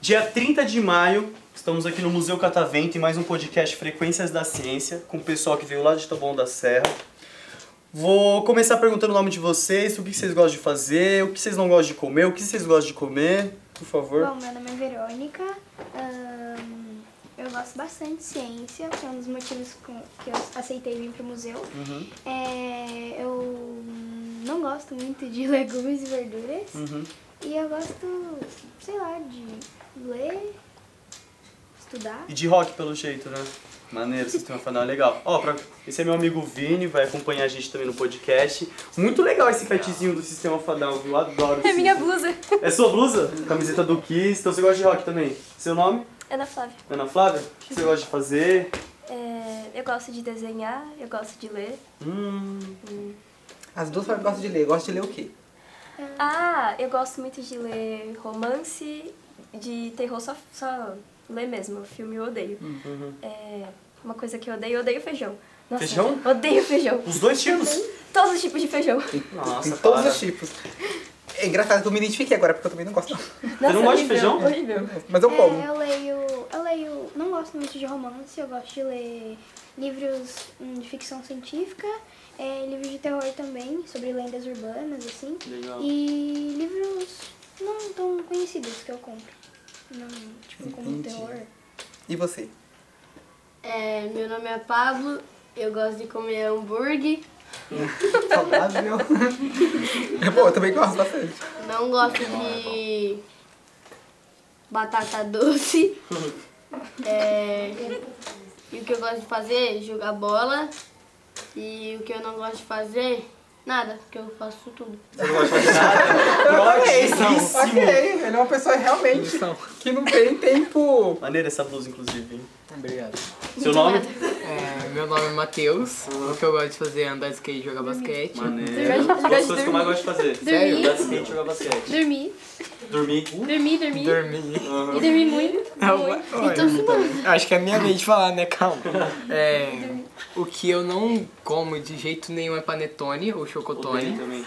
Dia 30 de maio, estamos aqui no Museu Catavento em mais um podcast Frequências da Ciência, com o pessoal que veio lá de Taboão da Serra. Vou começar perguntando o nome de vocês, o que vocês gostam de fazer, o que vocês não gostam de comer, o que vocês gostam de comer, por favor. Bom, meu nome é Verônica. ahn, eu gosto bastante de ciência, que é um dos motivos com- que eu aceitei vir para o museu. Uhum, É, eu hum, não gosto muito de legumes e verduras. uhum. E eu gosto, sei lá, de ler, estudar. E de rock, pelo jeito, né? Maneiro, vocês têm uma fanal legal. Ó, pra- esse é meu amigo Vini, vai acompanhar a gente também no podcast. Muito legal esse petzinho do Sistema Fadal, viu? Adoro. É esse- minha blusa. É sua blusa? Camiseta do Kiss. Então você gosta de rock também? Seu nome? Ana Flávia. Ana Flávia? O que você gosta de fazer? É, eu gosto de desenhar, eu gosto de ler. Hum, As duas Fábio gostam de ler. Gosta de ler o quê? Ah, eu gosto muito de ler romance, de terror, só, só ler mesmo. Filme eu odeio. É, uma coisa que eu odeio, eu odeio feijão. Nossa, Feijão? Odeio feijão. os dois tipos? Todos os tipos de feijão. Nossa, Tem todos para. os tipos. É engraçado que eu me identifiquei agora, porque eu também não gosto. não. Nossa, não gosta de horrível, feijão? Horrível. Mas eu como. É, eu leio, eu leio, não gosto muito de romance, eu gosto de ler livros hum, de ficção científica, é, livros de terror também, sobre lendas urbanas, assim, Legal. e livros não tão conhecidos que eu compro. Não, tipo, como Entendi. terror. E você? É, meu nome é Pablo, eu gosto de comer hambúrguer, Saudável. É bom, eu também gosto bastante. não gosto de batata doce. É, e o que eu gosto de fazer? Jogar bola. E o que eu não gosto de fazer? Nada, porque eu faço tudo. Você não gosta de fazer nada? Broxíssimo. Ok, ele é uma pessoa realmente que não tem tempo. Maneiro essa blusa, inclusive. hein? Obrigado. Seu nome? É, meu nome é Matheus. O que eu gosto de fazer é andar de skate e jogar basquete. Maneiro. Duas coisas que eu mais gosto de fazer. Sério? Andar de skate e jogar basquete. Ah, Dormi, Dormir. dormi, dormi. Dormir. E dormi muito. Não, olha, Acho que é a minha vez de falar, né? Calma. É, o que eu não como de jeito nenhum é panetone ou Odeio chocotone. também.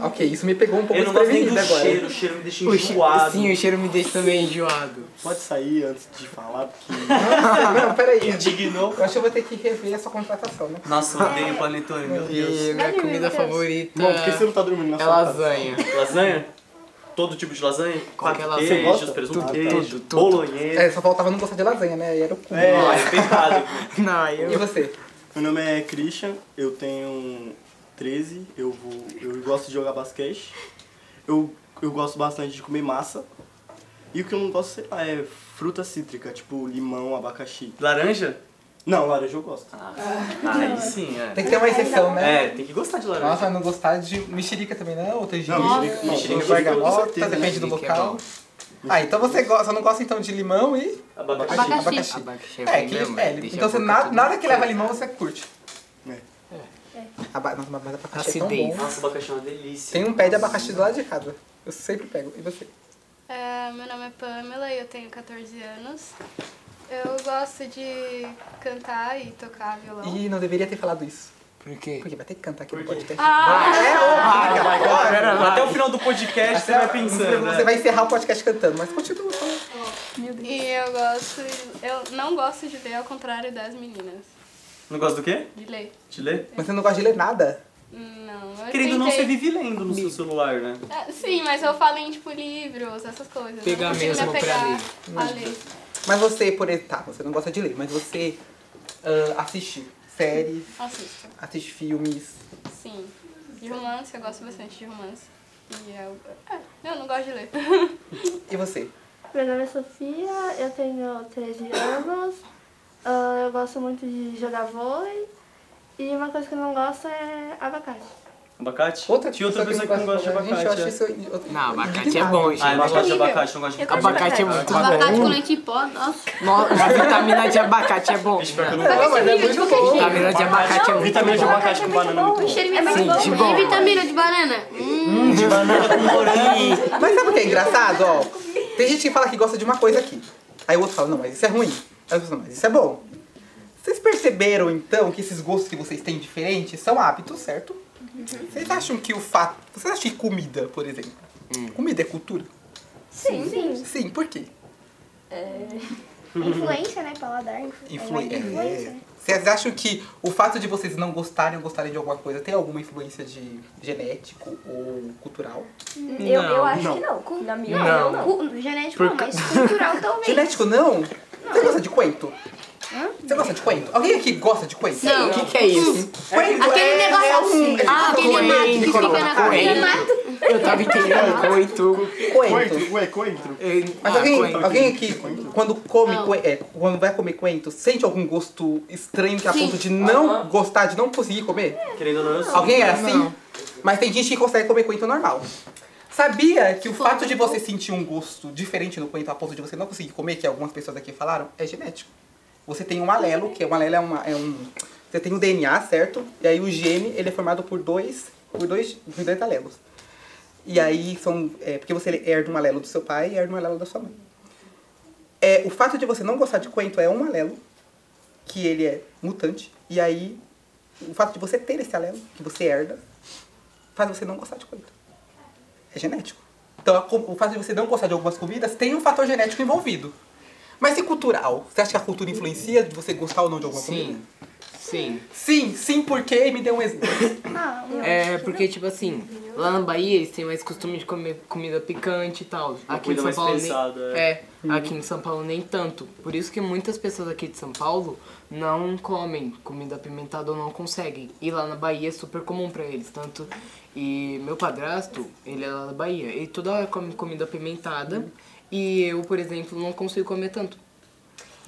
Ok, isso me pegou um pouco Eu não gosto nem do desprevenida agora. cheiro, o cheiro me deixa O che- enjoado. Sim, o cheiro me deixa também enjoado. Pode sair antes de Tá. falar, porque Não, peraí. indignou. Eu acho que eu vou ter que rever essa contratação, né? Nossa, eu odeio panetone, meu Deus. E minha comida favorita não tá dormindo na é lasanha. Lasanha? Todo tipo de lasanha? Quatro lasanha. queijos, Você gosta? presunto Tudo, queijo, tudo, tudo. bolonhesa. É, só faltava não gostar de lasanha, né? E era o cu. É, é pecado. Não, E eu... você? Meu nome é Christian, eu tenho 13, eu vou. Eu gosto de jogar basquete. Eu, eu gosto bastante de comer massa. E o que eu não gosto, sei lá, é fruta cítrica, tipo limão, abacaxi. Laranja? Não, laranja eu gosto. Ah. Aí sim, é. Tem que ter uma exceção, né? É, tem que gostar de laranja. Nossa, mas não gostar de mexerica também, né? Outra gente. Não, mexerica- mexerica vai eu gosto, com garota, certeza, depende do mexerica é local. bom. ah, então você go- só não gosta então de limão e Abacaxi. Abacaxi. abacaxi. Abacaxi é É, bom que, mesmo, é, é, deixa então a você boca na- toda assim. nada que leva limão você curte. É. Aba nossa, mas abacaxi é tão Acidez. bom. Nossa, abacaxi é uma delícia. Tem um pé de abacaxi do lado de casa. Eu sempre pego. E você? Ah, meu nome é Pamela e eu tenho 14 anos. Eu gosto de cantar e tocar violão. Ih, não deveria ter falado isso. Por quê? Porque vai ter que cantar aqui no Por quê? podcast. Pera lá. Até o final do podcast você vai pensando, É, Você né? vai encerrar o podcast cantando, mas continua. falando. E eu gosto, eu não gosto de ler ao contrário das meninas. Não gosta do quê? De ler. De ler? Mas você não gosta de ler nada? Não, eu Querendo ou não, você tentei- vive lendo no seu celular, né? Ah, Sim, mas eu falo em tipo livros, essas coisas. Pegar eu não consigo mesmo me pra apegar ler. A ler. Mas você, por exemplo, tá, você não gosta de ler, mas você ah, assiste séries, Assisto. assiste filmes. Sim. De romance, eu gosto bastante de romance. E eu. Ah, eu não gosto de Tá ler. E você? Meu nome é Sofia, eu tenho 13 anos, ah, eu gosto muito de jogar vôlei e uma coisa que eu não gosto é abacaxi. Abacate? Outra Tinha outra pessoa que não gosta de Gente, eu acho abacate. é. isso eu- Não, abacaxi é indignado. bom, gente. Ah, eu não gosto de horrível. abacate, não gosto de Eu abacate. gosto Abacate de é muito Abacate com bom. leite em pó, nossa. Nossa, a vitamina de abacate é bom. Não, mas é muito bom. Vitamina de abacate é muito Vitamina de então, abacate com banana é muito O bom. cheiro é muito bom. de E bom. vitamina de banana? Hum, De banana com morango. Mas sabe o que é engraçado, ó? Tem gente que fala que gosta de uma coisa aqui. Aí o outro fala, não, mas isso é ruim. Aí o outro fala, não, mas isso é bom. Vocês perceberam então que esses gostos que vocês têm diferentes são hábitos, certo? Vocês acham que o fato. Vocês acham que comida, por exemplo? Hum. Comida é cultura? Sim. Sim, por quê? Influência, né? Paladar. influ- Influi- é, influência. né? é. Vocês acham que o fato de vocês não gostarem ou gostarem de alguma coisa tem alguma influência de genético ou cultural? Eu, eu acho não. que não. Na minha Não. opinião, não. Cu- Genético não, mas cultural talvez. Genético não? Você gosta de coento? Você gosta de coento? Alguém aqui gosta de coento? Não. O que, que é isso? Coento Aquele é- negócio é um- assim. Ah, aquele coentro, mato que fica na coentro. cozinha. Eu tava entendendo coito. Coentro. Coentro, ué, coentro. Eh, Mas ah, alguém, coentro. alguém aqui, quando come Não. coe- é, quando vai comer coentro, sente algum gosto estranho que é a Sim. ponto de não gostar, de não conseguir comer? Querendo ou não, eu sou. Alguém é assim? Mas tem gente que consegue comer coentro normal. Sabia que o fato de você sentir um gosto diferente no coentro a ponto de você não conseguir comer, que algumas pessoas aqui falaram, é genético. Você tem um alelo, que um alelo é, uma- é um... Você tem o DNA, certo? E aí o gene, ele é formado por dois, por dois, por dois alelos. E aí são... é, porque você herda um alelo do seu pai e herda um alelo da sua mãe. É, o fato de você não gostar de coentro é um alelo, que ele é mutante. E aí o fato de você ter esse alelo, que você herda, faz você não gostar de comida. É genético. Então, a co- o fato de você não gostar de algumas comidas tem um fator genético envolvido. Mas e cultural? Você acha que a cultura influencia de você gostar ou não de alguma comida? Sim. Sim. Sim, sim, porque me dê um exemplo. Ah, um- É, porque, tipo assim, lá na Bahia eles têm mais costume de comer comida picante e tal. Aqui comida em São mais Paulo. nem- pensada, é, aqui em São Paulo nem tanto. Por isso que muitas pessoas aqui de São Paulo não comem comida apimentada ou não conseguem. E lá na Bahia é super comum pra eles. Tanto. E meu padrasto, ele é lá da Bahia. Ele toda hora come comida apimentada. E eu, por exemplo, não consigo comer tanto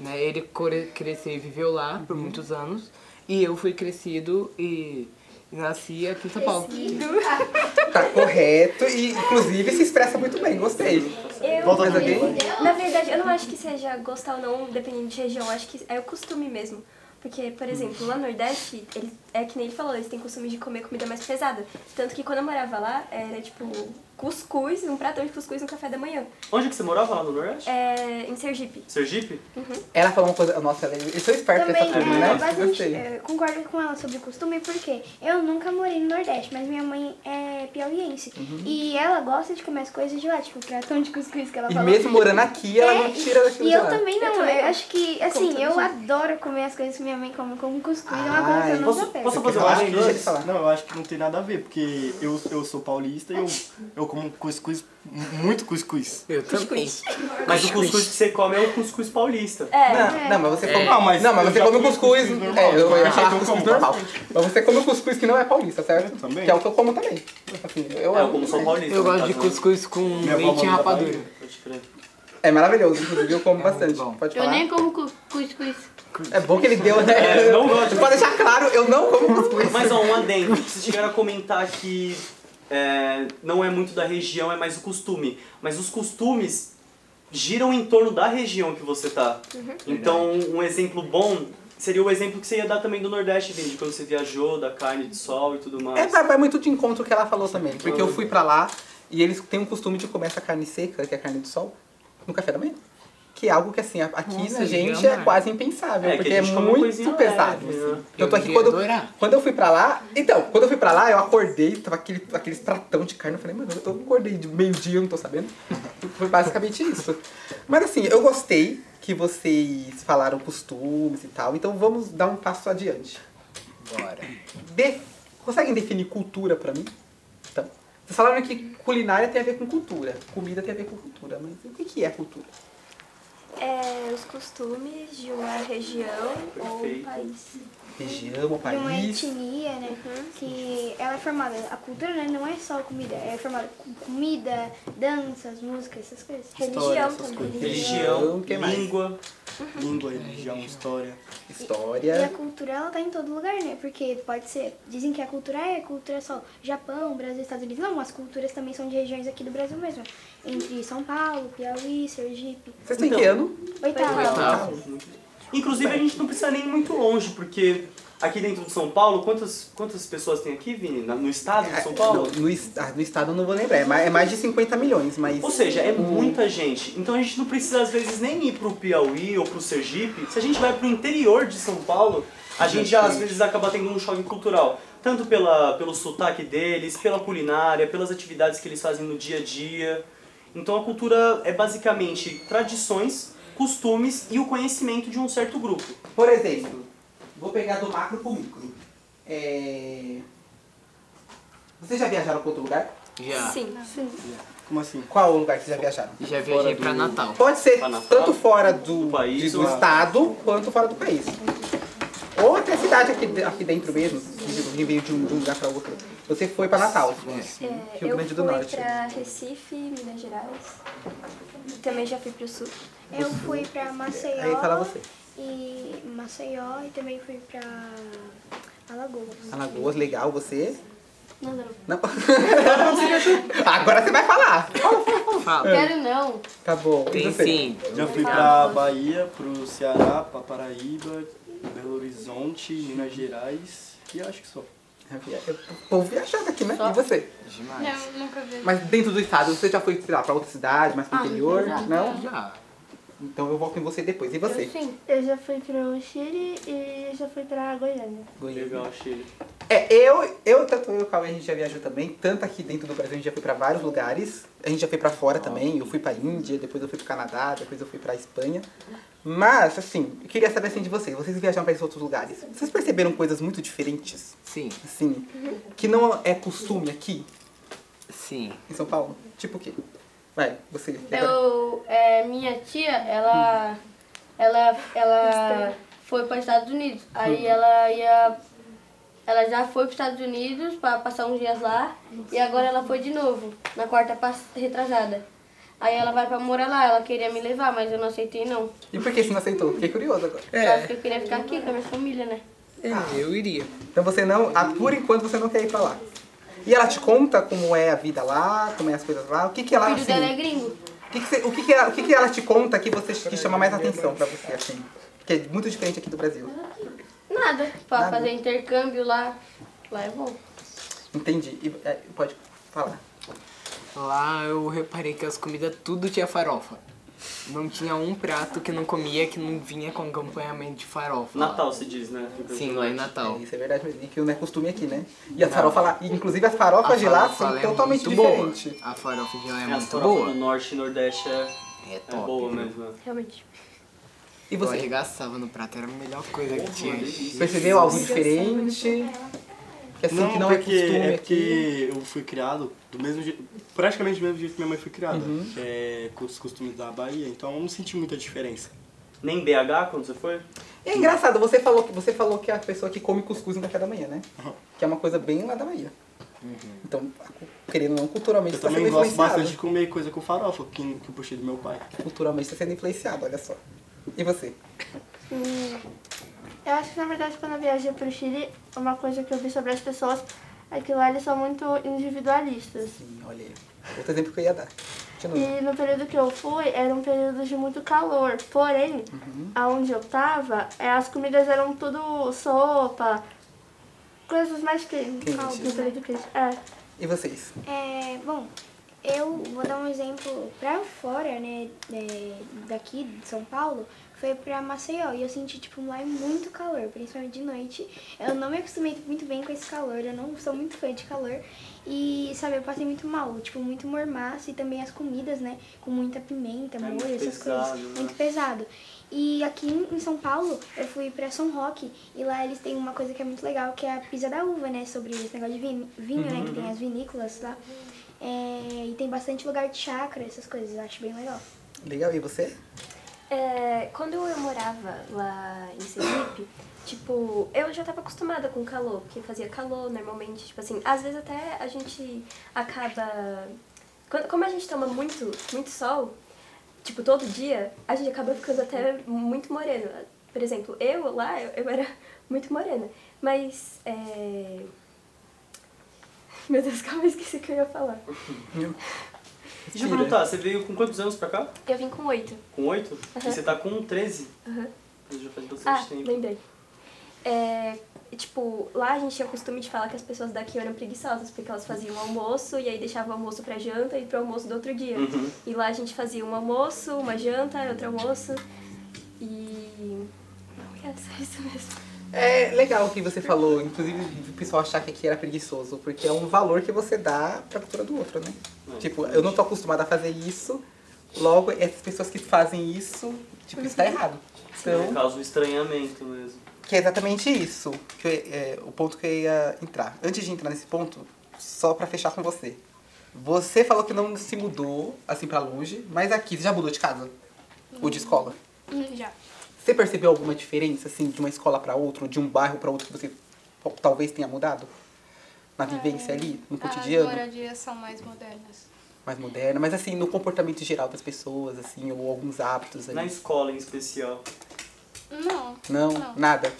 né? Ele core- cresceu e viveu lá por muitos anos. E eu fui crescido e nasci aqui em São Paulo. Tá correto e, inclusive, se expressa muito bem. Gostei. Volta Mais aqui. alguém? Na verdade, eu não acho que seja gostar ou não, dependendo de região. Eu acho que é o costume mesmo. Porque, por exemplo, lá no Nordeste, eles, é que nem ele falou, eles têm costume de comer comida mais pesada. Tanto que quando eu morava lá, era tipo cuscuz, um pratão de cuscuz no café da manhã. Onde que você morava lá no Nordeste? É, em Sergipe. Sergipe? Ela falou uma coisa... Nossa, ela- é, eu sou esperta Também, nessa coisa, é, né? basicamente, Gostei. é, concordo com ela sobre costume, porque eu nunca morei no Nordeste, mas minha mãe é piauiense. Uhum. E ela gosta de comer as coisas de lá, tipo, o cratão de cuscuz que ela E falou. mesmo morando aqui, ela não tira e, daquilo e de eu lá. também não, eu, também não. acho que, assim, Como eu todos adoro comer as coisas que minha mãe come, como cuscuz, é uma coisa que eu Ai, não posso- sou péssima. posso fazer Eu uma acho Vai, que, deixa ele falar. não, eu acho que não tem nada a ver, porque eu, eu sou paulista e eu, eu como cuscuz, muito cuscuz. Eu também. Mas o cuscuz que você come é o cuscuz paulista. É, Não, não, mas você come. Não, mas não, mas eu você já come o comi cuscuz. cuscuz normal, é, eu de ia qualquer falar jeito eu cuscuz como normal. Mas você come o cuscuz que não é paulista, certo? Eu também. Que é o que eu como também. Assim, eu É, amo eu como São também. Paulista. no Eu gosto de caso, né? cuscuz com Minha avó leite mora e na rapadura. Bahia. Pode crer. É maravilhoso, inclusive eu como É muito bastante. bom. Pode falar. Eu nem como cu- cuscuz. É bom que ele deu, né? É, eu não gosto. Pra deixar claro, eu não como cuscuz. Mas ó, um adendo, vocês chegaram a comentar que é, não é muito da região, é mais o costume. Mas os costumes giram em torno da região que você tá. Então, um exemplo bom seria o exemplo que você ia dar também do Nordeste, Vini, de quando você viajou, da carne de sol e tudo É, mais. vai vai muito de encontro que ela falou também. Porque eu fui pra lá e eles têm um costume de comer essa carne seca, que é a carne do sol, no café da manhã. Que é algo que, assim, aqui Nossa, na gente é jamais. quase impensável, É, que porque a é gente come uma muito coisinha pesado. leve, né? assim. Eu tô aqui Eu quando, ia adorar. quando eu fui pra lá. Então, quando eu fui pra lá, eu acordei, tava aquele, aqueles pratão de carne. Eu falei, mano, eu tô, acordei de meio-dia, eu não tô sabendo. Foi basicamente isso. Mas assim, eu gostei que vocês falaram costumes e tal, então vamos dar um passo adiante. Bora. De- Conseguem definir cultura pra mim? Então, vocês falaram que culinária tem a ver com cultura, comida tem a ver com cultura, mas o que que é cultura? é, os costumes de uma região ou um Perfeito. país. Região, de uma país. etnia, né? Uhum. Que ela é formada, a cultura né, não é só comida, é formada com comida, danças, música, essas coisas. História, Religião essas também. coisas. Religião, O que mais? língua. Língua, religião, história. E a História. cultura, ela tá em todo lugar, né? Porque pode ser, dizem que a cultura é cultura só Japão, Brasil, Estados Unidos. Não, as culturas também são de regiões aqui do Brasil mesmo. Entre São Paulo, Piauí, Sergipe. Vocês têm que ano? Oitava. Tá. Inclusive, a gente não precisa nem ir muito longe, porque Aqui dentro de São Paulo, quantas, quantas pessoas tem aqui, Vini? Na- No estado É, de São Paulo? No, no es- ah, no estado eu não vou lembrar, é mais, é mais de 50 milhões, mas. Ou seja, é muita gente. Então a gente não precisa, às vezes, nem ir pro Piauí ou pro Sergipe. Se a gente vai pro interior de São Paulo, a gente já, às vezes, acaba tendo um choque cultural. Tanto pela, pelo sotaque deles, pela culinária, pelas atividades que eles fazem no dia a dia. Então a cultura é basicamente tradições, costumes e o conhecimento de um certo grupo. Por exemplo, vou pegar do macro pro micro. É... Vocês já viajaram pra outro lugar? Já. Sim. Como assim? Qual o lugar que vocês já viajaram? Já viajei pra Natal. Pode ser Pra Natal? tanto fora do, Do país de- do ou lá? estado quanto fora do país. Ou até cidade aqui, de- aqui dentro mesmo, que veio de um, de um lugar pra outro. Você foi pra Natal. É, Rio eu Grande fui do Norte. pra Recife, Minas Gerais. E também já fui pro Sul. Eu fui pra Maceió. Aí fala você. E Maceió e também fui pra Alagoas. né? Alagoas, legal, você. Não, não. Não. Agora você vai falar. Fala. Quero não. Tá bom. E Tem você? sim. Já fui pra Bahia, pro Ceará, pra Paraíba, Belo Horizonte, Minas Gerais e acho que só. É, O povo viajando aqui, né? E você? Demais. Não, nunca vi. Mas dentro do estado, você já foi, sei lá, pra outra cidade, mais pro Ah, interior? já. Não? Já. Então eu volto em você depois. E Eu você? sim. Eu já fui pro Chile e já fui pra Goiânia. Legal, achei. É, eu, eu, tanto eu e o Cauê, a gente já viajou também, tanto aqui dentro do Brasil, a gente já foi pra vários lugares, a gente já foi pra fora também, eu fui pra Índia, depois eu fui pro Canadá, depois eu fui pra Espanha. Mas, assim, eu queria saber assim de vocês, vocês viajaram pra esses outros lugares, vocês perceberam coisas muito diferentes, Sim. assim, que não é costume aqui Sim. em São Paulo? Tipo o quê? Vai, você. Eu, é, minha tia, ela, ela, ela foi para os Estados Unidos. Aí ela ia, ela já foi para os Estados Unidos para passar uns dias lá e agora ela foi de novo na quarta pass- retrasada. Aí ela vai para morar lá. Ela queria me levar, mas eu não aceitei não. E por que você não aceitou? Fiquei curioso agora. Eu É. acho que eu queria ficar aqui com a minha família, né? eu iria. Então você não, ah, por enquanto você não quer ir pra lá. E ela te conta como é a vida lá, como é as coisas lá, o que que O ela, filho dela é assim, gringo. O que, que você- o que, que ela, o que que ela te conta que você que chama mais atenção pra você, assim? Que é muito diferente aqui do Brasil. Nada. Para Nada. fazer intercâmbio lá, lá é bom. Entendi. E, é, pode falar. Lá eu reparei que as comidas tudo tinha farofa. Não tinha um prato que não comia que não vinha com acompanhamento de farofa. lá. Natal se diz, né? Sim, lá em Natal. É, isso é verdade mesmo. E que não é costume aqui, né? E as farofas lá, e, inclusive as farofas de lá farofa são lá é totalmente muito boa. diferentes. A farofa de lá é, É, as muito farofas boa. do norte e nordeste é, É é top. boa mesmo. né? Realmente. E Eu você? arregaçava no prato, era a melhor coisa que tinha. Percebeu algo diferente? Que assim, que não é porque, costume é aqui. porque eu fui criado do mesmo jeito, praticamente do mesmo jeito que minha mãe foi criada, Uhum. que é com os costumes da Bahia, então eu não senti muita diferença. Nem BH quando você foi? E é engraçado, você falou, que- você falou que é a pessoa que come cuscuz no café da manhã, né? Que é uma coisa bem lá da Bahia. Então, querendo ou não, culturalmente Uhum. Eu você tá sendo também gosto influenciado. bastante de comer coisa com farofa, que, que eu puxei do meu pai. Culturalmente você sendo influenciado, olha só. E você? Eu acho que na verdade quando eu viajei pro Chile, uma coisa que eu vi sobre as pessoas é que lá eles são muito individualistas. Sim, olha aí. Outro exemplo que eu ia dar. Continua. E no período que eu fui, era um período de muito calor. Porém, aonde eu tava, eh, as comidas eram tudo sopa, coisas mais quentes. Quente. Caldo, no período quente. É. E vocês? É, bom, eu vou dar um exemplo pra fora, né, é, daqui de São Paulo, foi pra Maceió e eu senti, tipo, lá é muito calor, principalmente de noite. Eu não me acostumei muito bem com esse calor, eu não sou muito fã de calor e, sabe, eu passei muito mal, tipo, muito mormaço e também as comidas, né, com muita pimenta, molho, É muito essas pesado, coisas, né? muito pesado. E aqui em em São Paulo, eu fui pra São Roque e lá eles têm uma coisa que é muito legal, que é a pizza da uva, né? Sobre esse negócio de vinho, vinho, né? Que Uhum. tem as vinícolas lá. É, e tem bastante lugar de chácara, essas coisas. Eu acho bem legal. Legal, e você? É, quando eu morava lá em Sergipe, tipo, eu já tava acostumada com calor, porque fazia calor normalmente, tipo assim, às vezes até a gente acaba. quando- como a gente toma muito, muito sol, tipo, todo dia, a gente acaba ficando até muito moreno. Por exemplo, eu lá, eu, eu era muito morena. Mas. é, Meu Deus, calma, eu esqueci o que eu ia falar. Deixa eu perguntar, você veio com quantos anos pra cá? Eu vim com oito. Com oito? E você tá com 13? Aham. Já faz bastante Ah, tempo. lembrei. É, e, tipo, lá a gente tinha o costume de falar que as pessoas daqui eram preguiçosas, porque elas faziam o almoço e aí deixavam o almoço pra janta e pro almoço do outro dia. Uhum. E lá a gente fazia um almoço, uma janta, outro almoço. E. Não, é só isso mesmo. É legal o que você falou, inclusive o pessoal achar que aqui era preguiçoso, porque é um valor que você dá pra cultura do outro, né? É, Tipo, eu não tô acostumada a fazer isso, logo essas pessoas que fazem isso, tipo, isso tá errado. Então, Causa um estranhamento mesmo. Que é exatamente isso, que eu- é, o ponto que eu ia entrar. Antes de entrar nesse ponto, só pra fechar com você. Você falou que não se mudou, assim, pra longe, mas aqui, você já mudou de casa? Ou de escola? Hum, Já. Você percebeu alguma diferença, assim, de uma escola pra outra, ou de um bairro pra outro que você po- talvez tenha mudado? Na vivência ali, ah, no cotidiano, As moradias são mais modernas. mais moderna, mas assim, no comportamento geral das pessoas, assim, ou alguns hábitos Na ali. escola em especial. Não. Não, Não. nada.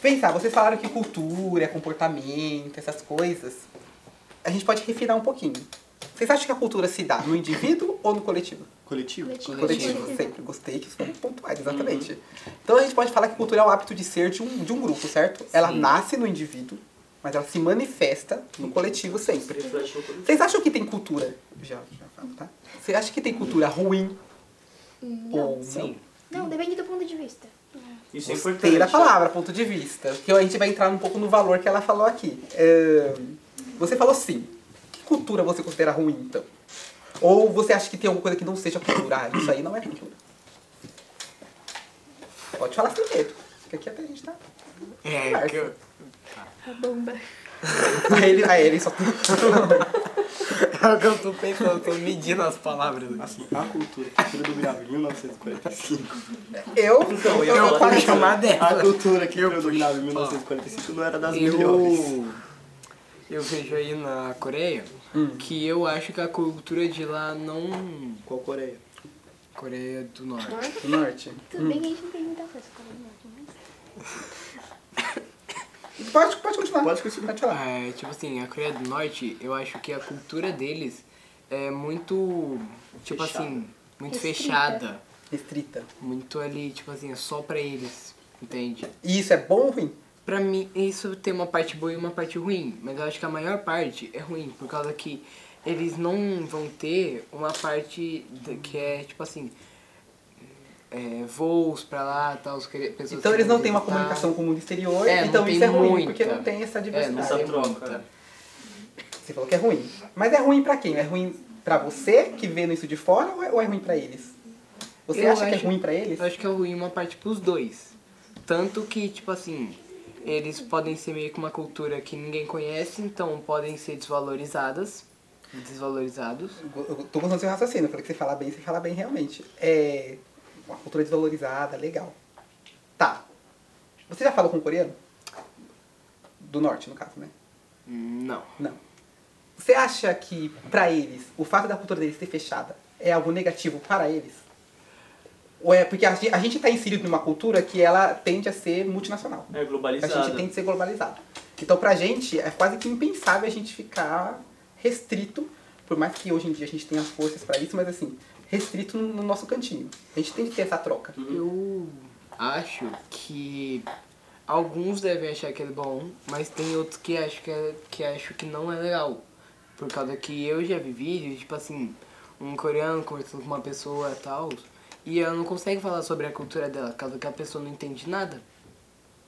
Pensar, vocês falaram que cultura, comportamento, essas coisas, a gente pode refinar um pouquinho. Vocês acham que a cultura se dá no indivíduo ou no coletivo? Coletivo? Coletivo, sempre. Gostei que foram pontuais, exatamente. Então a gente pode falar que cultura é o hábito de ser de um, de um grupo, certo? Ela nasce no indivíduo, mas ela se manifesta no coletivo sempre. Reflete um no coletivo. Vocês acham que tem cultura? Já, já falo, tá? Vocês acham que tem cultura ruim? ou não? Sim. Não, depende do ponto de vista. Isso é importante. Gostei da palavra, ponto de vista. Que a gente vai entrar um pouco no valor que ela falou aqui. É, Você falou sim. Que cultura você considera ruim, então? Ou você acha que tem alguma coisa que não seja cultura? Ah, isso aí não é cultura. Pode falar sem medo. Fica aqui até a gente tá. É, que eu... Aí ele, aí ele só tem. é o que eu tô pensando, eu tô medindo as palavras. aqui. Assim, a cultura, a cultura dominava em 1945. Então, Eu? eu, assim. eu ia eu, falar eu, isso. Uma A delas. cultura que predominava em 1945 não era das melhores. Eu, eu vejo aí na Coreia que eu acho que a cultura de lá não. Qual Coreia? Coreia do Norte. Do norte. Tudo bem que a gente não tem muita coisa com o norte, mas... Pode, pode continuar. Pode continuar. Pode falar. É, tipo assim, a Coreia do Norte, eu acho que a cultura deles é muito. Tipo assim, muito fechada. Restrita. Muito ali, tipo assim, é só pra eles, entende? E isso é bom ou ruim? Pra mim, isso tem uma parte boa e uma parte ruim, mas eu acho que a maior parte é ruim, por causa que eles não vão ter uma parte da- que é, tipo assim, é, voos pra lá, tal, os que- pessoas Então que eles não têm uma visitar. comunicação com o mundo exterior, É, não então tem isso é ruim, muita. porque não tem essa É, não diversidade. Essa tem troca, muita. né? Você falou que é ruim. Mas é ruim pra quem? É ruim pra você que vendo isso de fora ou é, ou é ruim pra eles? Você Eu acha que é acho- ruim pra eles? Eu acho que é ruim uma parte pros dois. Tanto que, tipo assim, eles podem ser meio que uma cultura que ninguém conhece, então podem ser desvalorizadas, desvalorizados. Eu eu tô gostando do seu raciocínio, porque você fala bem, você fala bem realmente. É uma cultura desvalorizada, legal. Tá. Você já falou com um coreano? Do norte, no caso, né? Não. Não. Você acha que, pra eles, o fato da cultura deles ser fechada é algo negativo para eles? Ou é porque a gente, a gente tá inserido numa cultura que ela tende a ser multinacional. É A globalizada. gente tem que ser globalizado. Então, pra gente, é quase que impensável a gente ficar restrito, por mais que hoje em dia a gente tenha as forças pra isso, mas assim, restrito no no nosso cantinho. A gente tem que ter essa troca. Eu acho que alguns devem achar que é bom, mas tem outros que acham que, é, que, acham que não é legal. Por causa que eu já vi vídeos, tipo assim, um coreano conversando com uma pessoa e tal, e ela não consegue falar sobre a cultura dela, por causa que a pessoa não entende nada.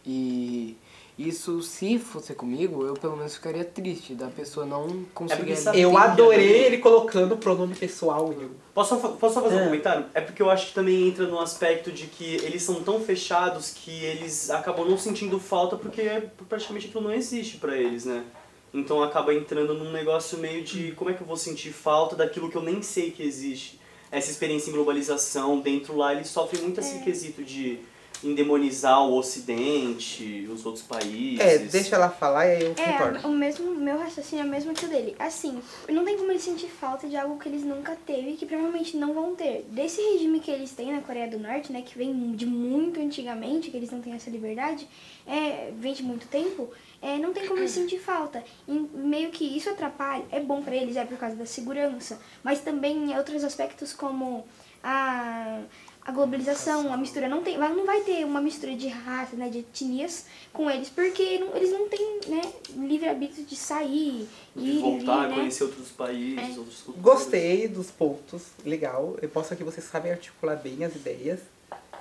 E isso, se fosse comigo, eu pelo menos ficaria triste da pessoa não conseguir... sabe- Eu Tem adorei também. ele colocando o pronome pessoal em um. Posso, só fa- posso só fazer É. um comentário? É porque eu acho que também entra no aspecto de que eles são tão fechados que eles acabam não sentindo falta porque é, praticamente aquilo não existe pra eles, né? Então acaba entrando num negócio meio Hum. de como é que eu vou sentir falta daquilo que eu nem sei que existe. Essa experiência em globalização, dentro lá, eles sofrem muito esse quesito de endemonizar o Ocidente, os outros países. É, deixa ela falar e aí eu retorno. É, o mesmo, meu raciocínio é o mesmo que o dele. Assim, não tem como eles sentir falta de algo que eles nunca teve e que provavelmente não vão ter. Desse regime que eles têm na Coreia do Norte, né, que vem de muito antigamente, que eles não têm essa liberdade, é, vem de muito tempo, é, não tem como eles sentir falta. E meio que isso atrapalha, é bom pra eles, é por causa da segurança, mas também em outros aspectos como a a globalização, a mistura não tem, vai- não vai ter uma mistura de raça, né, de etnias com eles, porque não- eles não têm, né, livre arbítrio de sair e De voltar, vir, né? conhecer outros países, outros culturas. Gostei dos pontos, legal. Eu posso que vocês sabem articular bem as ideias.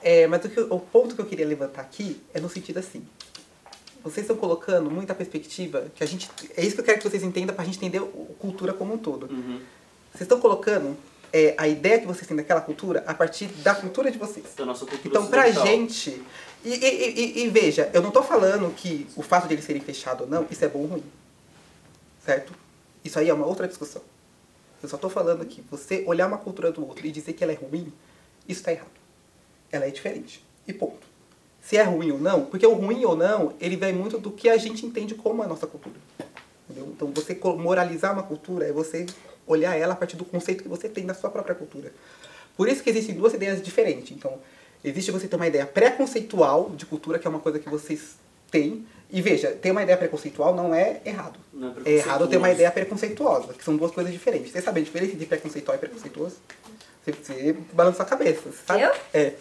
É, mas o, que eu- o ponto que eu queria levantar aqui é no sentido assim. Vocês estão colocando muita perspectiva que a gente. É isso que eu quero que vocês entendam pra gente entender o- a cultura como um todo. Uhum. Vocês estão colocando é, a ideia que vocês têm daquela cultura a partir da cultura de vocês. Da nossa cultura Então, pra ocidental. gente. E, e- e- e veja, eu não tô falando que o fato de eles serem fechados ou não, isso é bom ou ruim. Certo? Isso aí é uma outra discussão. Eu só tô falando que você olhar uma cultura do outro e dizer que ela é ruim, isso tá errado. Ela é diferente. E ponto. Se é ruim ou não, porque o ruim ou não, ele vem muito do que a gente entende como a nossa cultura. Entendeu? Então, você co- moralizar uma cultura é você olhar ela a partir do conceito que você tem da sua própria cultura. Por isso que existem duas ideias diferentes. Então, existe você ter uma ideia preconceitual de cultura, que é uma coisa que vocês têm. E veja, ter uma ideia preconceitual não é errado. Não é é errado ter uma preconceituoso. ideia preconceituosa, que são duas coisas diferentes. Você sabe a diferença de preconceitual e preconceituoso? Você, você balança a cabeça, você sabe? Eu? É.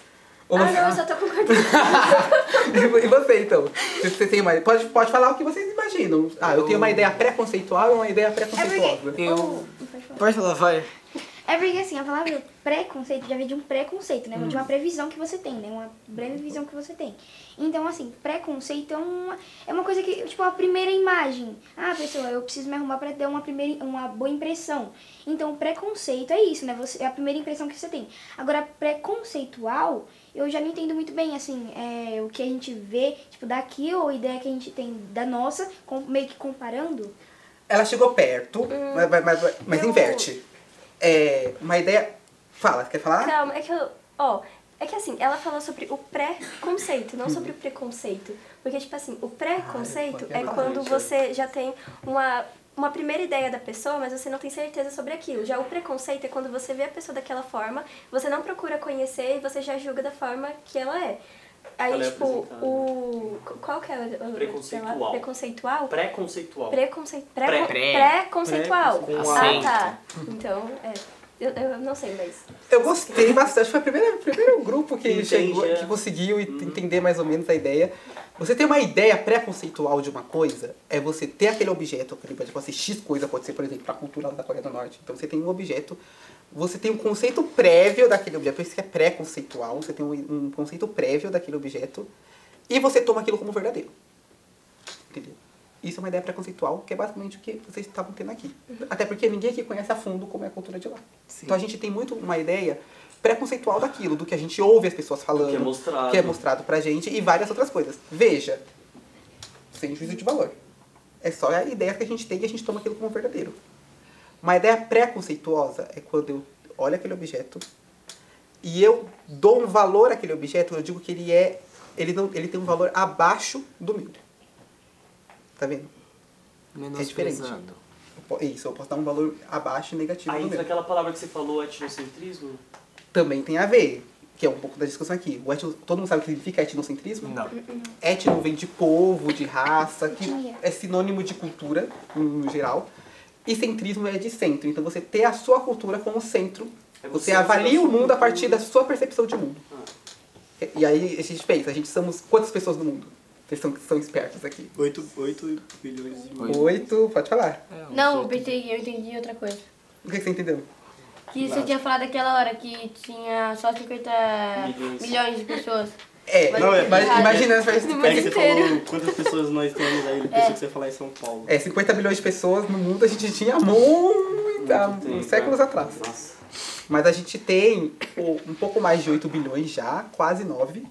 Ou Ah, você- não, eu só tô concordando. e você, então? Você tem uma... pode, pode falar o que vocês imaginam. Ah, eu tenho uma ideia pré-conceitual e uma ideia É preconceituosa. Eu. Pode falar. Pode falar, vai. É porque assim, a palavra preconceito já vem de um preconceito, né? De uma previsão que você tem, né? Uma breve visão que você tem. Então, assim, preconceito é uma, é uma coisa que, tipo, a primeira imagem. Ah, pessoa, eu preciso me arrumar pra ter uma, primeira, uma boa impressão. Então, preconceito é isso, né? Você, é a primeira impressão que você tem. Agora, preconceitual, eu já não entendo muito bem, assim, é, o que a gente vê, tipo, daqui ou a ideia que a gente tem da nossa, com- meio que comparando. Ela chegou perto, mas, mas- mas- mas Hum, eu- inverte. É, uma ideia... Fala, quer falar? Calma, é que eu. Ó, é que assim, ela falou sobre o pré-conceito, não sobre o preconceito. Porque, tipo assim, o pré-conceito Ah, eu é tô quando você já tem uma. Uma primeira ideia da pessoa, mas você não tem certeza sobre aquilo. Já o preconceito é quando você vê a pessoa daquela forma, você não procura conhecer e você já julga da forma que ela é. Aí, Ela é tipo, apresentada. o. Qual que é o. Preconceitual. Preconceitual? Pré-conceitual. Preconceito. Pré- Pré, pré- pré-conceitual. preconceitual. ah, tá. Então, é. Eu, eu não sei, mas. Eu gostei bastante. Foi o primeiro, primeiro grupo que Entendi, chegou, é. que conseguiu e- entender mais ou menos a ideia. Você ter uma ideia pré-conceitual de uma coisa é você ter aquele objeto, que pode ser X coisa, pode ser, por exemplo, a cultura da Coreia do Norte. Então você tem um objeto, você tem um conceito prévio daquele objeto, por isso que é pré-conceitual, você tem um, um conceito prévio daquele objeto e você toma aquilo como verdadeiro. Entendeu? Isso é uma ideia pré-conceitual, que é basicamente o que vocês estavam tendo aqui. Até porque ninguém aqui conhece a fundo como é a cultura de lá. Sim. Então a gente tem muito uma ideia pré-conceitual daquilo, do que a gente ouve as pessoas falando, Que é mostrado. que é mostrado pra gente e várias outras coisas. Veja, sem juízo de valor. É só a ideia que a gente tem e a gente toma aquilo como verdadeiro. Uma ideia pré-conceituosa é quando eu olho aquele objeto e eu dou um valor àquele objeto, eu digo que ele é. Ele, não, ele tem um valor abaixo do meu. Tá vendo? Menosprezando. Eu po- Isso, eu posso dar um valor abaixo negativo Aí do meu. entra aquela palavra que você falou, etnocentrismo. Também tem a ver, que é um pouco da discussão aqui. O etno, todo mundo sabe o que significa etnocentrismo? Não. Etno vem de povo, de raça, que Etnia. é sinônimo de cultura, no geral. E centrismo é de centro. Então você ter a sua cultura como centro. É você você usar avalia a o sua mundo a cultura. partir da sua percepção de mundo. Ah. E aí a gente pensa, a gente somos quantas pessoas no mundo? Vocês são, são espertos aqui. 8, bilhões e Oito. Oito, pode falar. Não, eu entendi, eu entendi outra coisa. O que que você entendeu? Que você tinha falado aquela hora que tinha só 50 Milhões. milhões, de pessoas. É, Não, é- mas, imagina, É que você falou quantas pessoas nós temos aí, É. ele pensou que você ia falar em São Paulo. É, 50 milhões de pessoas no mundo a gente tinha muito, há Muito tempo, séculos né? atrás. Nossa. Mas a gente tem o- um pouco mais de 8 bilhões já, quase 9.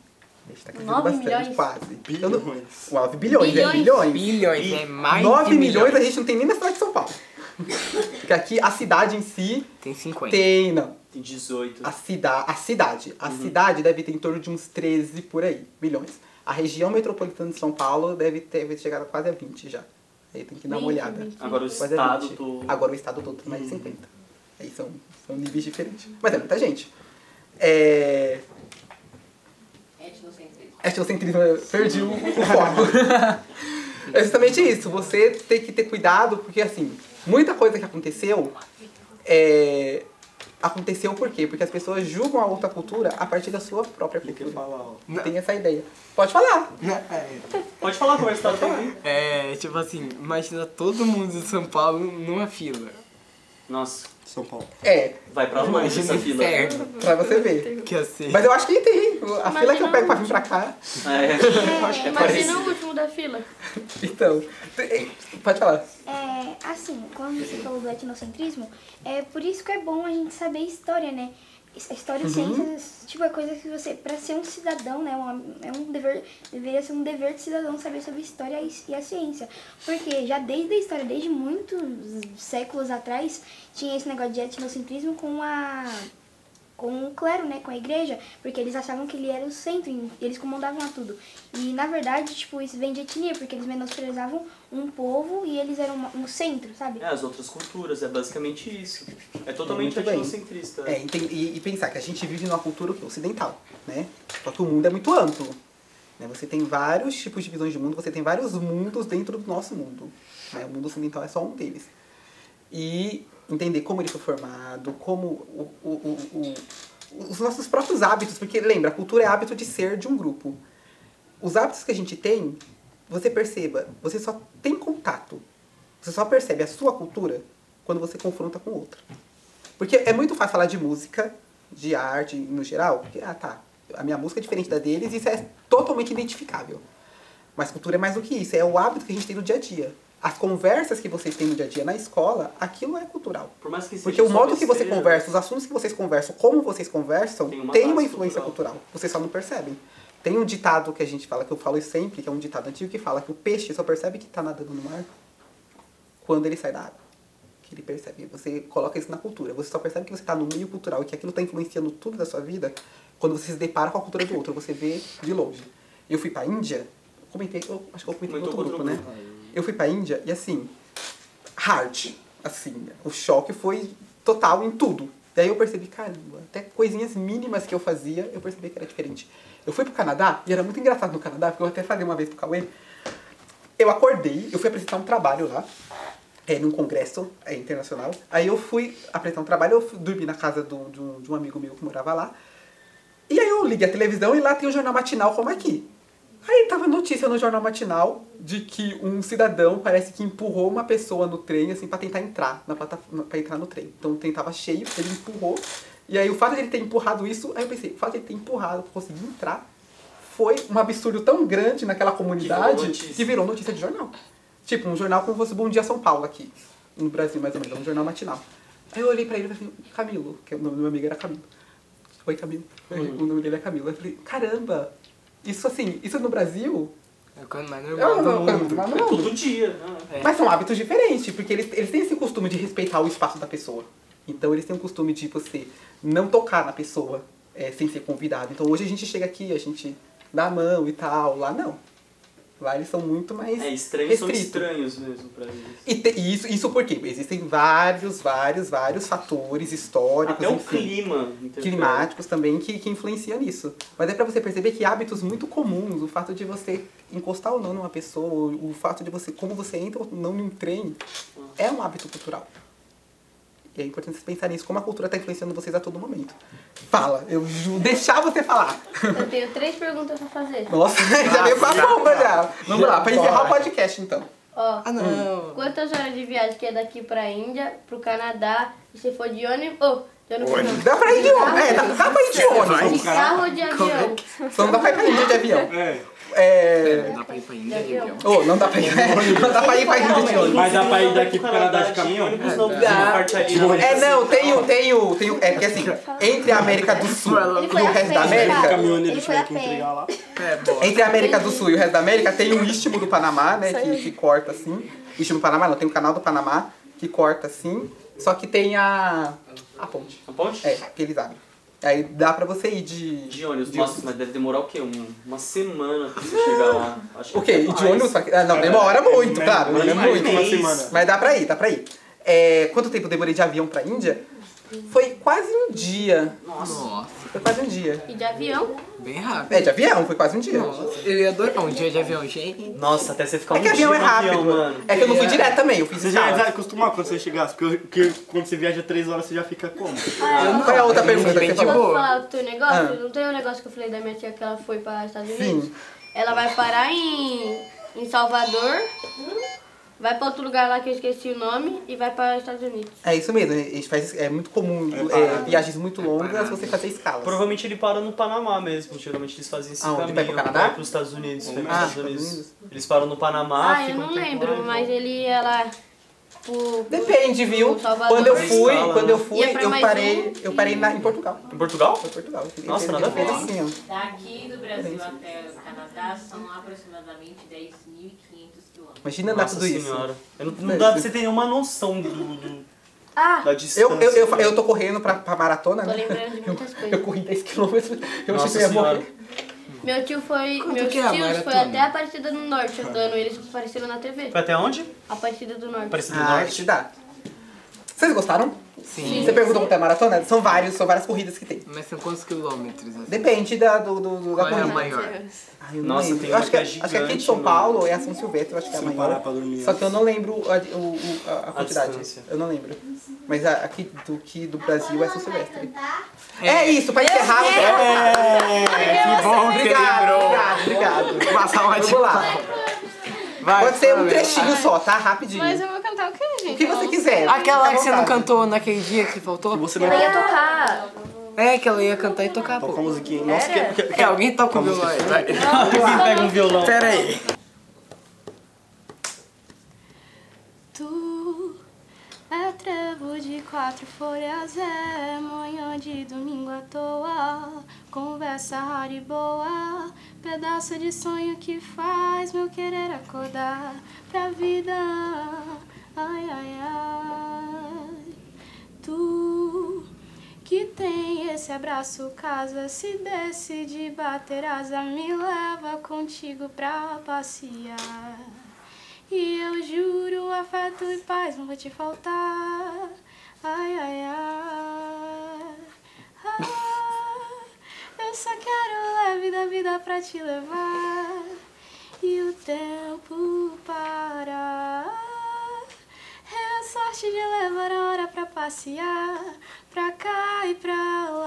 A gente tá crescendo Nove bastante, milhões? quase. Eu é não- Bilhões. 9 bilhões, Bilhões. é bilhões. Bilhões, é mais 9 de milhões, a gente não tem nem na cidade de São Paulo. Porque aqui a cidade em si Tem 50. tem, não. Tem 18. A, cida, a cidade. A cidade deve ter em torno de uns 13 por aí, milhões. A região metropolitana de São Paulo deve ter deve ter chegado quase a 20 já. Aí tem que dar uma 20, olhada. 20. Agora o Quase a é estado 20. do... é Agora o estado todo tem mais de 50. Aí são, são níveis diferentes. Mas é muita gente. É. Etnocentrismo. eu perdi o, o foco. é justamente isso. Você tem que ter cuidado, porque assim, muita coisa que aconteceu é, Aconteceu por quê? Porque as pessoas julgam a outra cultura a partir da sua própria Tem que cultura. falar, ó. Tem essa ideia. Pode falar. Pode falar como é a história também. É, tipo assim, imagina todo mundo de São Paulo numa fila. Nossa, São Paulo. É, vai pra longe Imagina essa o fila. É. inferno pra você ver. que ia ser. Mas eu acho que tem. A fila que eu pego pra vir pra cá. acho que é Imagina parecido. o último da fila. Então, pode falar. É, assim, quando você falou do etnocentrismo, é por isso que é bom a gente saber história, né? His- História e ciências, tipo, é coisa que você, pra ser um cidadão, né? uma- é um dever, deveria ser um dever de cidadão saber sobre história e, e a ciência. Porque já desde a história, desde muitos séculos atrás, tinha esse negócio de etnocentrismo com a com o clero, né, com a igreja, porque eles achavam que ele era o centro, e eles comandavam a tudo. E na verdade, tipo, isso vem de etnia, porque eles menosprezavam um povo e eles eram uma- um centro, sabe? É, as outras culturas, é basicamente isso. É totalmente Muito bem. etnocentrista. É, e, tem- e- e pensar que a gente vive numa cultura o quê? ocidental, né? Só que o mundo é muito amplo. né? Você tem vários tipos de visões de mundo, você tem vários mundos dentro do nosso mundo. né? O mundo ocidental é só um deles. E entender como ele foi formado, como o- o- o- o- os nossos próprios hábitos, porque lembra, a cultura é hábito de ser de um grupo. Os hábitos que a gente tem, você perceba, você só tem contato, você só percebe a sua cultura quando você confronta com outra. Porque é muito fácil falar de música, de arte no geral, porque, ah tá, a minha música é diferente da deles e isso é totalmente identificável. Mas cultura é mais do que isso, é o hábito que a gente tem no dia a dia. As conversas que vocês têm no dia a dia na escola, aquilo é cultural. Por mais que seja Porque o só modo que você besteira, conversa, os assuntos que vocês conversam, como vocês conversam, Tem tem uma uma, base influência cultural. cultural. Vocês só não percebem. Tem um ditado que a gente fala, que eu falo sempre, que é um ditado antigo, que fala que o peixe só percebe que está nadando no mar quando ele sai da água. Que ele percebe. Você coloca isso na cultura. Você só percebe que você está no meio cultural e que aquilo está influenciando tudo da sua vida quando você se depara com a cultura do outro. Você vê de longe. Eu fui pra Índia, eu comentei, eu acho que eu comentei no Comentou outro grupo, com outro né? grupo. Eu fui pra Índia e assim, hard. Assim, o choque foi total em tudo. Daí eu percebi, caramba, até coisinhas mínimas que eu fazia, eu percebi que era diferente. Eu fui pro Canadá, e era muito engraçado no Canadá, porque eu até falei uma vez pro Cauê. Eu acordei, eu fui apresentar um trabalho lá, é, num congresso é, internacional. Aí eu fui apresentar um trabalho, eu fui dormir na casa do- de um- de um amigo meu que morava lá. E aí eu liguei a televisão e lá tem o jornal matinal como aqui. Aí tava notícia no jornal matinal de que um cidadão parece que empurrou uma pessoa no trem, assim, pra tentar entrar na plataforma, pra entrar no trem. Então o trem tava cheio, ele empurrou. E aí o fato dele ter empurrado isso, aí eu pensei, o fato dele ter empurrado, conseguir entrar, foi um absurdo tão grande naquela comunidade notícia. que virou notícia de jornal. Tipo, um jornal como se fosse Bom Dia São Paulo aqui, no Brasil mais ou menos, é um jornal matinal. Aí eu olhei pra ele e falei, Camilo, que é o nome do meu amigo era Camilo. Oi, Camilo. O nome dele é Camilo. Eu falei, caramba, isso assim, isso no Brasil É a coisa mais é normal do uma coisa mundo. muito mais É normal. todo dia, né? É. Mas são hábitos diferentes, porque eles, eles têm esse costume de respeitar o espaço da pessoa. Então eles têm o costume de você não tocar na pessoa é, sem ser convidado. Então hoje a gente chega aqui, a gente dá a mão e tal. Lá não. Lá eles são muito mais. É, estranhos são restrito. estranhos mesmo pra eles. E, te- e isso, isso por quê? Existem vários, vários, vários fatores históricos. Até o enfim clima. então, interfere. climáticos também que, que influenciam nisso. Mas é pra você perceber que hábitos muito comuns, o fato de você encostar ou não numa pessoa, o fato de você como você entra ou não num trem, é um hábito cultural. E é importante vocês pensarem nisso, como a cultura tá influenciando vocês a todo momento. Fala, eu ju- deixar você falar. Eu tenho três perguntas pra fazer. Nossa, já veio pra bomba já. Vamos lá, pra encerrar o podcast então. Ó, Ah, não. quantas horas de viagem que é daqui pra Índia, pro Canadá, e se for de ônibus... Oh, de ônibus não. Dá pra ir de ônibus, é, dá, dá pra ir de De ônibus. carro ou de avião? Só não dá pra ir pra Índia de avião. É. É... Não dá pra ir pra Índia, Daqui, ó. região. Oh, não dá pra ir, não dá pra ir pra Índia de ônibus. Mas dá pra ir daqui pro Inclusive, Canadá lá de caminhão? Ônibus não, porque É, Dá. uma parte ali De ônibus. É, não, tem o, tem o, tem o, é porque assim, entre a América do Sul Ele e foi o a resto da pé, O América, cara. caminhoneiro tinha Ele foi a que pé. entregar lá. É, bom. entre a América do Sul e o resto da América, tem o Istmo do Panamá, né, que, que corta assim, o Istmo do Panamá não, tem o Canal do Panamá, que corta assim, só que tem a, a ponte, A ponte? é, que eles abrem. Aí dá pra você ir de... De ônibus. Nossa, mas deve demorar o quê? Um- uma semana pra você chegar lá. Acho que é O quê? até E de mais. ônibus? pra- Ah, não, demora muito, É, claro, mas- demora mas muito. Uma mas- semana. Mas dá pra ir, dá pra ir. É, quanto tempo eu demorei de avião pra Índia? Foi quase um dia. Nossa. Nossa. Foi quase um dia. E de avião. Bem rápido. É, de avião, foi quase um dia. Nossa, eu ia adorar um dia de avião, gente. Nossa, até você ficar É um que avião é dia no rápido. mano. É que eu não fui direto também, eu fiz Você já escala. acostumar quando você chegasse, porque, porque quando você viaja três horas você já fica como? Qual é a outra pergunta que bem você de falou? Posso boa. falar do teu negócio? Ah. Não tem um negócio que eu falei da minha tia que ela foi para Tipo, Estados Unidos? Sim. Ela vai parar em, em Salvador, vai para outro lugar lá que eu esqueci o nome e vai para Estados Unidos. É isso mesmo, a gente faz, é muito comum é, viagens muito longas você fazer escalas. Provavelmente ele parou no Panamá mesmo. Geralmente eles fazem esse Aonde? caminho. Vai pro Canadá? Para os Estados Unidos. Vai pros Ah, Estados Estados Unidos. Unidos. Eles param no Panamá. ah, eu ficam não um tempo lembro, lá e mas voltam. ele ia lá tipo, pro... Depende, viu? Pro Salvador. Quando eu fui, Escala, quando né? eu fui, Ia pra eu mais parei, um eu parei na- em Portugal. então. Em Portugal? Foi Portugal. Nossa, Entrei nada a de ver. vez assim, ó. Daqui do Brasil até o Canadá são aproximadamente 10.500 quilômetros. Imagina andar Nossa tudo isso. senhora. Eu não, não dá pra você ter nenhuma noção do, do- Ah, da distância. Eu, eu, eu, eu tô correndo pra, pra maratona, tô né? lembrando de muitas Eu coisas. corri 10km, eu Nossa achei que eu ia senhora. morrer. Meu tio foi... Quanto meus que é a tios foi maratona? até a Partida do Norte andando, eles apareceram na TV. Foi até onde? A Partida do Norte. Aparecido do Ah, Norte. te dá. Vocês gostaram? Sim. Você perguntou quanto é a maratona? São vários, são várias corridas que tem. Mas são quantos quilômetros? Assim? Depende da, do, do, do- da Qual é a corrida. maior? Ah, eu não Nossa, lembro. tem Eu uma acho que, que é acho que aqui de gigante, São mano. Paulo é a São Silvestre, eu acho que é a Se eu parar maior. pra dormir. Só que eu não lembro a, o- o- a- a quantidade. distância. eu não lembro. Mas a- aqui do que do Brasil é São Silvestre. É, isso, pra encerrar. É. É, que bom que Obrigado, lembrou. obrigado, obrigado. Uma salva de Vamos lá. Vai, Pode ser um Flamengo. trechinho só, tá? Rapidinho. Mas eu vou cantar o quê, gente? O que você quiser. Aquela fica à que você não vontade. cantou naquele dia que faltou? Você não Ela ia tocar. É, que ela ia cantar e tocar, toca a pô. musiquinha. Nossa, que, que, É, alguém toca o violão aí. vai. Alguém pega um violão. Pera aí. Tu é trevo de quatro folhas, é manhã de domingo à toa, conversa rara e boa, pedaço de sonho que faz meu querer acordar pra vida. Ai, ai, ai. Tu que tem esse abraço, casa se decide bater asa, me leva contigo pra passear. E eu juro, afeto e paz não vou te faltar. Ai, ai, ai. Ah, eu só quero leve da vida pra te levar. E o tempo parar. É a sorte de levar a hora pra passear. Pra cá e pra lá. um